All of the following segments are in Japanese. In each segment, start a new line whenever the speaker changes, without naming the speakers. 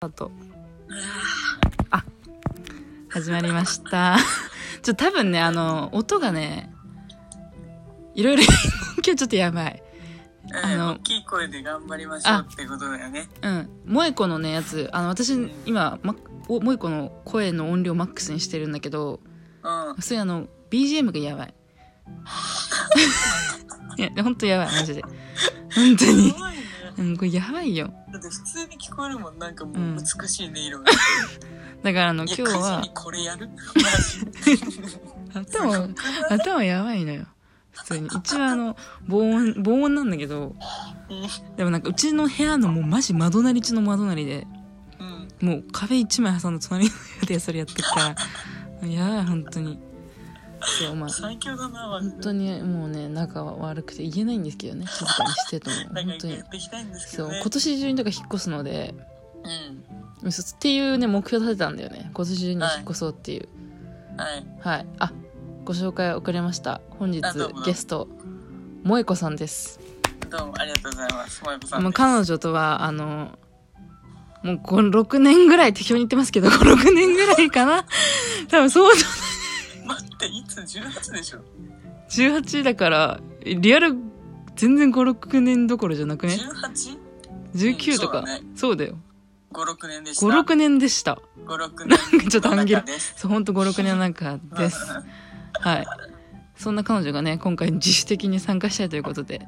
あと。あ、始まりました。 ちょ、多分ね、あの、音がね、いろいろ、 今日ちょっとやばい。あ
あ
の
の大きい声で頑張りましょうってことだよね。
うん。萌子のね、やつ、あの、私、今、ま、お萌子の声の音量マックスにしてるんだけど、
うん。
それあの、BGM がやばい。 いや、ほんとやばい、マジで。本当
す
に。
ごいね。
うん、これやばいよ。
だって普通に聞こえるもん、なんかも
うん
う美しい音色が。
だからあの、今日
いや9
は
時、にこれやる
頭、頭やばいのよ普通に一応あの防音防音なんだけどでもなんかうちの部屋のもうマジ窓なり中の窓なりで
うん。
もう壁一枚挟んで隣の部屋でそれやってるからやばい本当にそうまあ
最強だな、マジ
本
で。
当にもうね仲は悪くて言えないんですけどね静かにしてとも
なんか
本
一
当
回や
に
っていきたいんですけ
そ
ど
う
ね。
今年中にだから引っ越すので
う
そうっていうね目標立てたんだよね今年中に引っ越そうっていう、
ん。はい。
はい。あ、ご紹介遅れました。本日
あどうも
ゲスト、萌子さんです。
どうもありがとうございます。もえこさん
もう
です。
彼女とは、あの、もうこの6年ぐらい、適当に言ってますけど、5、6年 ぐらいか な。多分そう、
待って、いつ ?18 でしょ
18だから、リアル、全然5、6年どころじゃなくね
?18?5、
?19 とか、
うんそうだね
そうだよ。
6年でした。
5、6年でした。
5、6年。
ちょっと半切れ
の中です。
そう、ほんと5、6年の中です。 はい。そんな彼女がね、今回自主的に参加したいということで、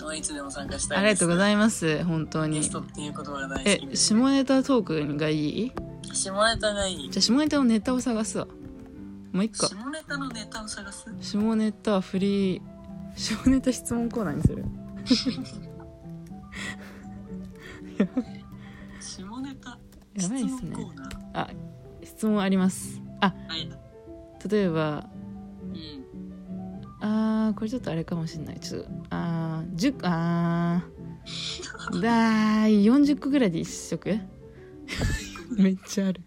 もういつでも参加した
あ
い
り
で
が
す。
とうございます。本当
ゲ
に
ス。トっていう言葉が大
え
好き、です。
下ネタトークがいい
下ネタがいい
じ。ゃあ下ネタのネタを探すわ。もう一個。
下ネタのネタを探す
下ネタはフリー、下ネタ質問コーナーにする。
下ネタ
やばいです
質問コ
ね
ー。ナー
あ、質問あります。あ、
はい
例えば、
うん
あー、これちょっとあれかもしんない。ちょっと、あー、10、あー、だーい、40個ぐらいで一食 めっちゃある。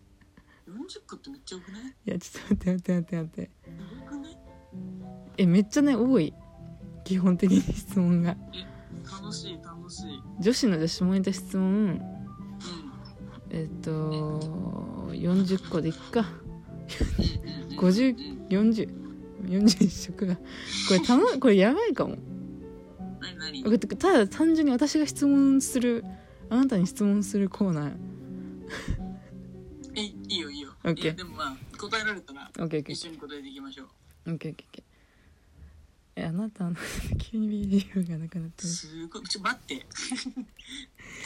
40個ってめっちゃ多くない
いや、ちょっと待って待って待って待って。
多くない
え、めっちゃね、多い。基本的に質問が。
楽しい楽しいうん
女子のじゃあ下ネタ質問、えっと40個でいっか
うんうん
50
うん
4041食がこれたのこれやばいかも
何何
これただ単純に私が質問するあなたに質問するコーナー
えいいよいいよ
OK
いやでもまあ答えられたら
OKOKOKOKOK
一緒に答えていきましょう
えあなたの急に BGM がなくなってる
すごいちょ待って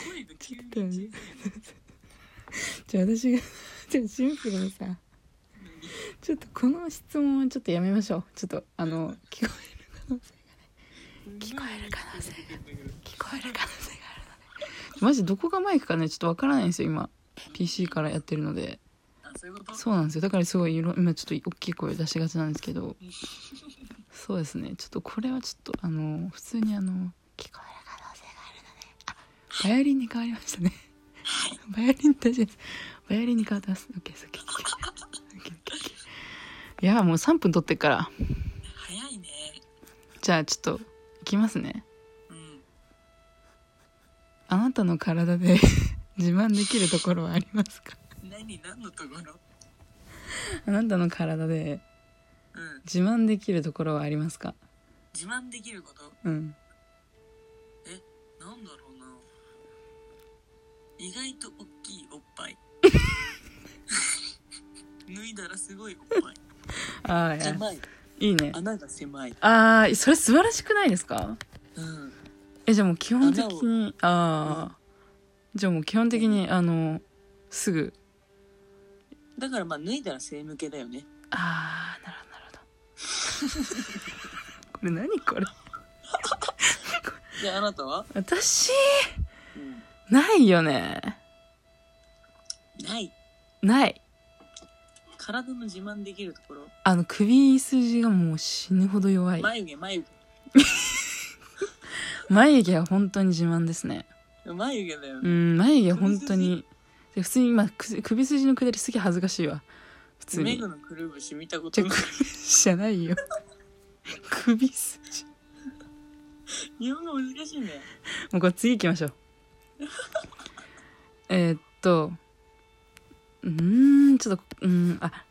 声が急
ちょっと
に
じゃあ私がじゃあシンプルにさちょっとこの質問はちょっとやめましょうちょっとあの聞こえる可能性聞こえる可能性が聞こえる可能性があるのでマジどこがマイクかねちょっとわからないんですよ今 PC からやってるので
あそういうこと
そうなんですよだからすごいいろ今ちょっと大きい声出しがちなんですけどそうですねちょっとこれはちょっとあの普通にあの聞こえる可能性があるのであバイオリンに変わりましたねバイオリン大事ですバイオリンに変わってます OK です OKOKOK いやもう3分取ってっから
早いね
じゃあちょっといきますね
うん
あなたの体で 自慢できるところはありますか
何何のところ
あなたの体で
うん
自慢できるところはありますか
自慢できること
うん。
なんだろうな意外と大きいおっぱい 脱いだらすごいおっぱい
ああ、いや
狭い
いいね。
穴が狭い
ああ、それ素晴らしくないですか
うん
え、じゃあもう基本的に、ああ、じゃあもう基本的に、あの、すぐ、
だからまあ脱いだら背向けだよね
ああ、なるほど、なるほど。 これ何これ
であなたは、
私、ないよね。
ない
ない。
体の自慢できるところ、
あの、首筋がもう死ぬほど弱い。
眉毛眉
眉毛は本当に自慢ですね。
毛眉毛だよ
う
ね、
ん、眉毛本当に。で普通に今、くす首筋のくだりすげえ恥ずかしいわ。普通
メ
に
グ。のくるぶし見たこ
じゃ、
とない
首筋じゃない よ。首筋。
日本語難しいね
もうこれ次行きましょう。えーっと、うーんちょっとうんあ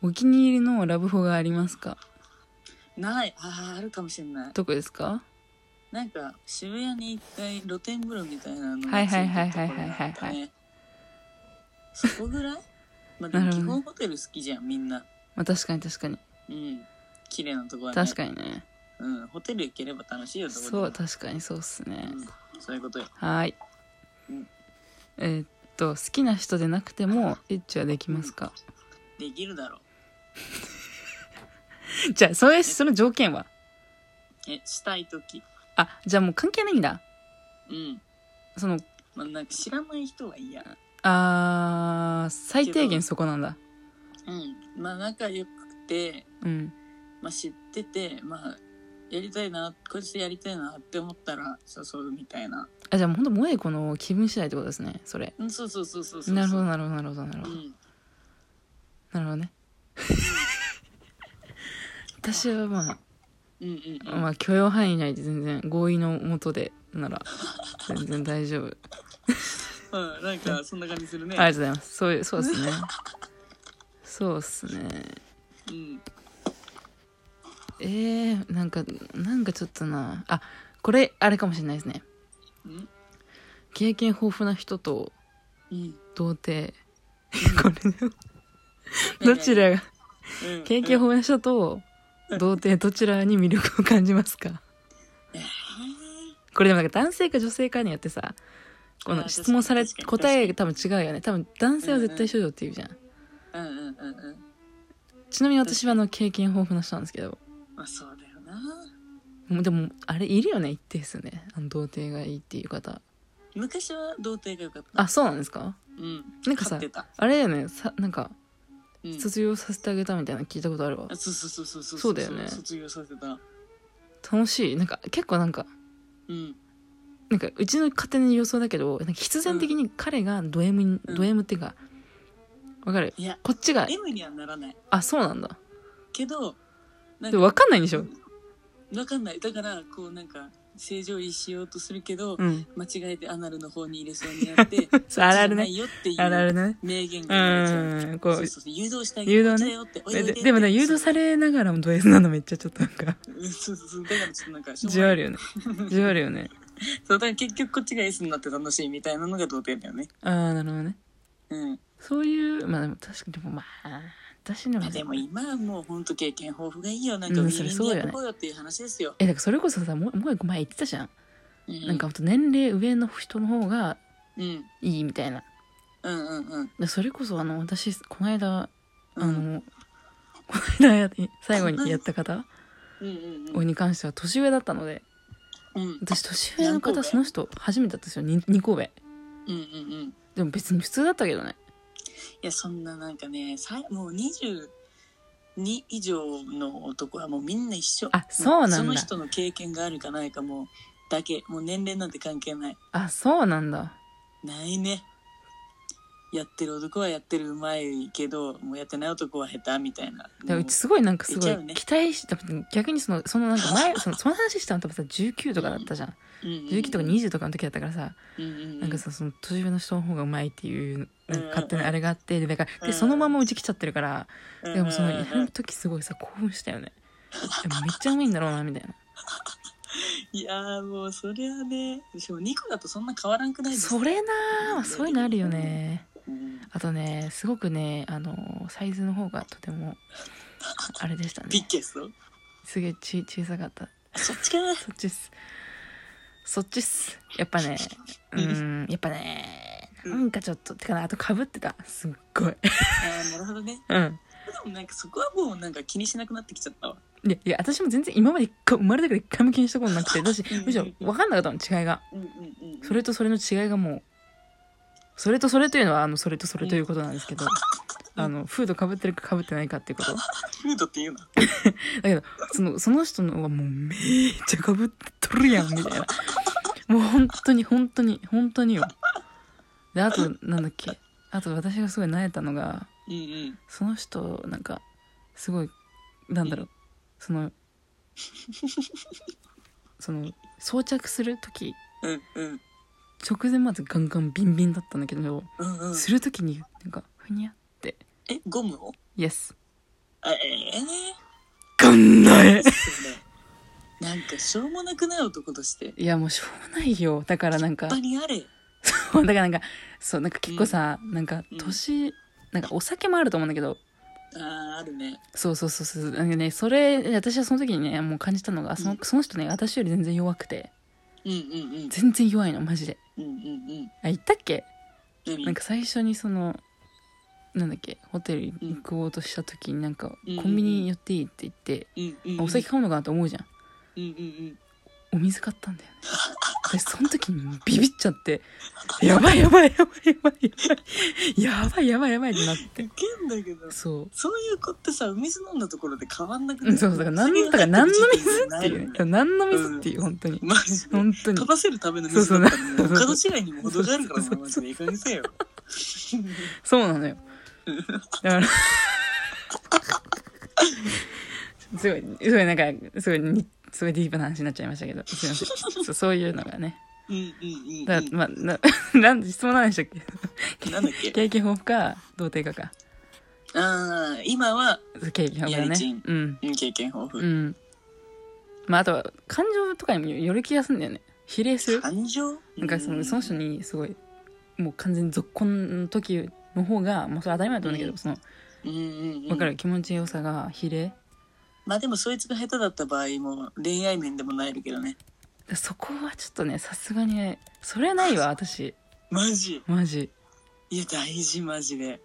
お気に入りのラブホがありますか
ないあああるかもしれない
どこですか
なんか渋谷に一回露天風呂みたいなの
はい
つて
はいは
た
い
ところ
はいはいはい
があってねそこ ぐらいまあで
な
も
るほ
基
ど
本ホテル好きじゃんみんな
まあ確かに確かに
うん綺麗なとこはね
確かにね
うん、ホテル行ければ楽しいよどこでも
そう確かにそうっすね
うんそういうことよ
はーい
うん
えーっと好きな人でなくてもエッチはできますか
できるだろう
じゃあそれその条件は
えしたい時
あじゃあもう関係ないんだ
うん
その
まあなんか知らない人が嫌
あー最低限そこなんだ
うんまあ仲良くて、
うん
まあ、知っててまあやりたいなこいつとやりたいなって思ったら誘うみたいな
あじゃあもうほんと萌え子の気分次第ってことですねそれ
うんそうそうそうそうそう
なるほどなるほどなるほどなるほど
うん
なるほど ね私はま
うんうん
あ、
うん
まあ許容範囲内で全然合意のもとでなら全然大丈夫
うん、なんかそんな感じするね。
ありがとうございますそういうそうですねそうっすね
うん、
えー、なんかなんかちょっとなあこれあれかもしれないですね
うん、
経験豊富な人と
うん、
童貞 これどちらが
うん
経験豊
うん
富な人と童貞どちらに魅力を感じますかこれでもなんか男性か女性かによってさこ
あ
の
ー
質問され
確かに確かに
答えが多分違うよね多分男性は絶対処女って言うじゃん、
うんうんうんうん。
ちなみに私はあの経験豊富な人なんですけど
まあそうだよな。
もうでもあれいるよね一定数ねあの童貞がいいっていう方
昔は童貞が良かった。
あそうなんですか
うん。
なんかさ
飼ってた。
あれだよねさなんか
うん。
卒業させてあげたみたいなの聞いたことあるわ
あそうそうそうそうそう。
そうだよね
卒業させた。
楽しいなんか結構なんか
うん。
なんかうちの勝手な予想だけどなんか必然的に彼がド M に、
うん
ド M っていうかわかる
いや、
こっちが
M にはならない。
あそうなんだ
けど、なん
で
か
もわかんないんでしょ
わかんない。だから、こうなんか、正常位しようとするけど、
うん
間違えてアナルの方に入れそうになって、
そう あるある
じゃな
ね
いよっていう
あるあるね
名言が言われちゃう。
うんこ
そううそうそう誘導してあげ
誘
る
導
こ
ね
っちだよって
で
おいおい
でもね誘導されながらもド S なのめっちゃちょっとなんか
うんそうそうそうだからちょっとなんかしょう
じ
が
わ
ない
るよねじわるよね
そうだから結局こっちが S になって楽しいみたいなのが童貞だよね
ああなるほどね
うん
そういうまあでも確かにでもまあ私に
ま
も
あでも今はもうほんと経験豊富がいいよなんか
う
ウ
ん
ィ
そ
ー
れ
ミン
そう
グ
よね
やってこうよっていう話ですよ、
えだからそれこそさもうもう一個前言ってたじゃん、
うん、
なんかほんと年齢上の人の方が
うん
いいみたいな
うんうんうん
でそれこそあの私この間あ
うん
の、この間や最後にやった方
うんうんうん
に関しては年上だったので
うん
私年上の
何個
方
上
その人初めてだったんですよ 2, 2個上
うんうんうんい
でも別に普通だったけどね
やそんななんかねさいもう22以上の男はもうみんな一緒
あそうなんだ
その人の経験があるかないかもうだけもう年齢なんて関係ない
あそうなんだ
ないねやってる男はやってるうまいけどもうやってない男は下手みたいな
で
も
う
う
ちすごいなんかすごい
出ちゃうね
期待して逆にそのそのなんか 前そのその話したの多分さ19とかだったじゃん
うんうん
19とか20とかの時だったからさ
うんうん
なんかさその年上の人の方がうまいっていうなんか勝手なあれがあってでだか
う
ら
ん
でそのままうち来ちゃってるから
うん
でもそのや
うんうん
る時すごいさ興奮したよねでもめっちゃうまいんだろうなみたいない
やーもうそりゃねしかも2個だとそんな変わらんくないですか
それなあそういうのあるよね
うん
あとねすごくねあのサイズの方がとてもあれでした
ビッ
ね
ケスト
すげえち小さかった
そっちかな
そっちっすそっちっすやっぱねうーんやっぱねなんかちょっとてかなあとかぶってたすっごい
あーなるほどね
うん
でもなんかそこはもうなんか気にしなくなってきちゃったわ
いやいや私も全然今まで一回生まれてから一回も気にしたことなくて私むしろ分かんなかったの違いが
うんうんうん
それとそれの違いがもうそれとそれというのはあのそれとそれということなんですけど、あのフードかぶってるかかぶってないかっていうことだ
フードって言うな
けどそのその人のはもうめっちゃかぶってとるやんみたいなもう本当に本当に本当によであとなんだっけあと私がすごい萎えたのが
うんうん
その人なんかすごいなんだろうそのその装着する時
うんうん
直前までガンガンビンビンだったんだけど、
うんうん
するときになんか「ふにゃって
え、ゴムを
イエス
あええ
かんない
それなんかしょうもなくない男として。
いやもうしょうがないよだからなんか
場にあれ。
そう だからなんかそうなんか結構さ、なんか
うん
年、なんかお酒もあると思うんだけど
あーあるね。
そうそうそうそうなんかねそれ私はその時にねもう感じたのがその,、
うん
その人ね私より全然弱くて
うんうんうん。
全然弱いのマジで
うんうんうん。
あ言ったっけ
何
なんか最初にそのなんだっけホテルに行こうとした時になんか、
うん
コンビニ寄っていいって言って、
うんうんうん。
あお酒買うのかなと思うじゃん
うんうんうん。
お水買ったんだ よね私その時にビビっちゃってやばいやばいやばいやばいやばいやばいやばいやばいってなって
いけんだけど。
そう
そういう子ってさ、お水飲んだところで変わんなく
う
ない
んそうそうだから何だから何の水っていうねだ
な
から何の水っていう本当に
マジで。
本当に
飛ばせるための水だったら
そうそう
もう他の違いにも程があるから
そうそ
な、
う
マジで。いい加減にせよ。
そうなのよだ からすごいすごいなんかすごいにすごいディープな話になっちゃいましたけどすいませんそうそういうのがね
うんうんうん
だ
う
からまあな なん質問なんでしたっけ
ん。なんだっけ
経験豊富か童貞かか
ああ、今は、
経験豊富だ
やりちん
ねうん
うん経験豊
う
富。
んまああとは感情とかにもよる気がするんだよね比例する
感情
なんかそのその人
に。
にすごいもう完全に続婚の時の方が、まあ、それは当たり前だと思うんだけど、その
うんうんうん。
分かる気持ちよさが比例
まあでもそいつが下手だった場合も恋愛面でもないけどね。
だそこはちょっとねさすがにねそれはない わ私
マジ
マジ
いや大事マジで。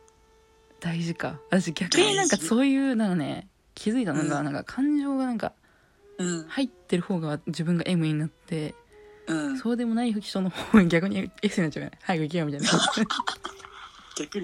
大事か私逆になんか
大事
そういうなんかね気づいたのが、
うん
なんか感情がなんか
うん
入ってる方が自分が M になって、
うん。
そうでもない人の方が逆に S になっちゃうよね早く行けよみたいな
逆に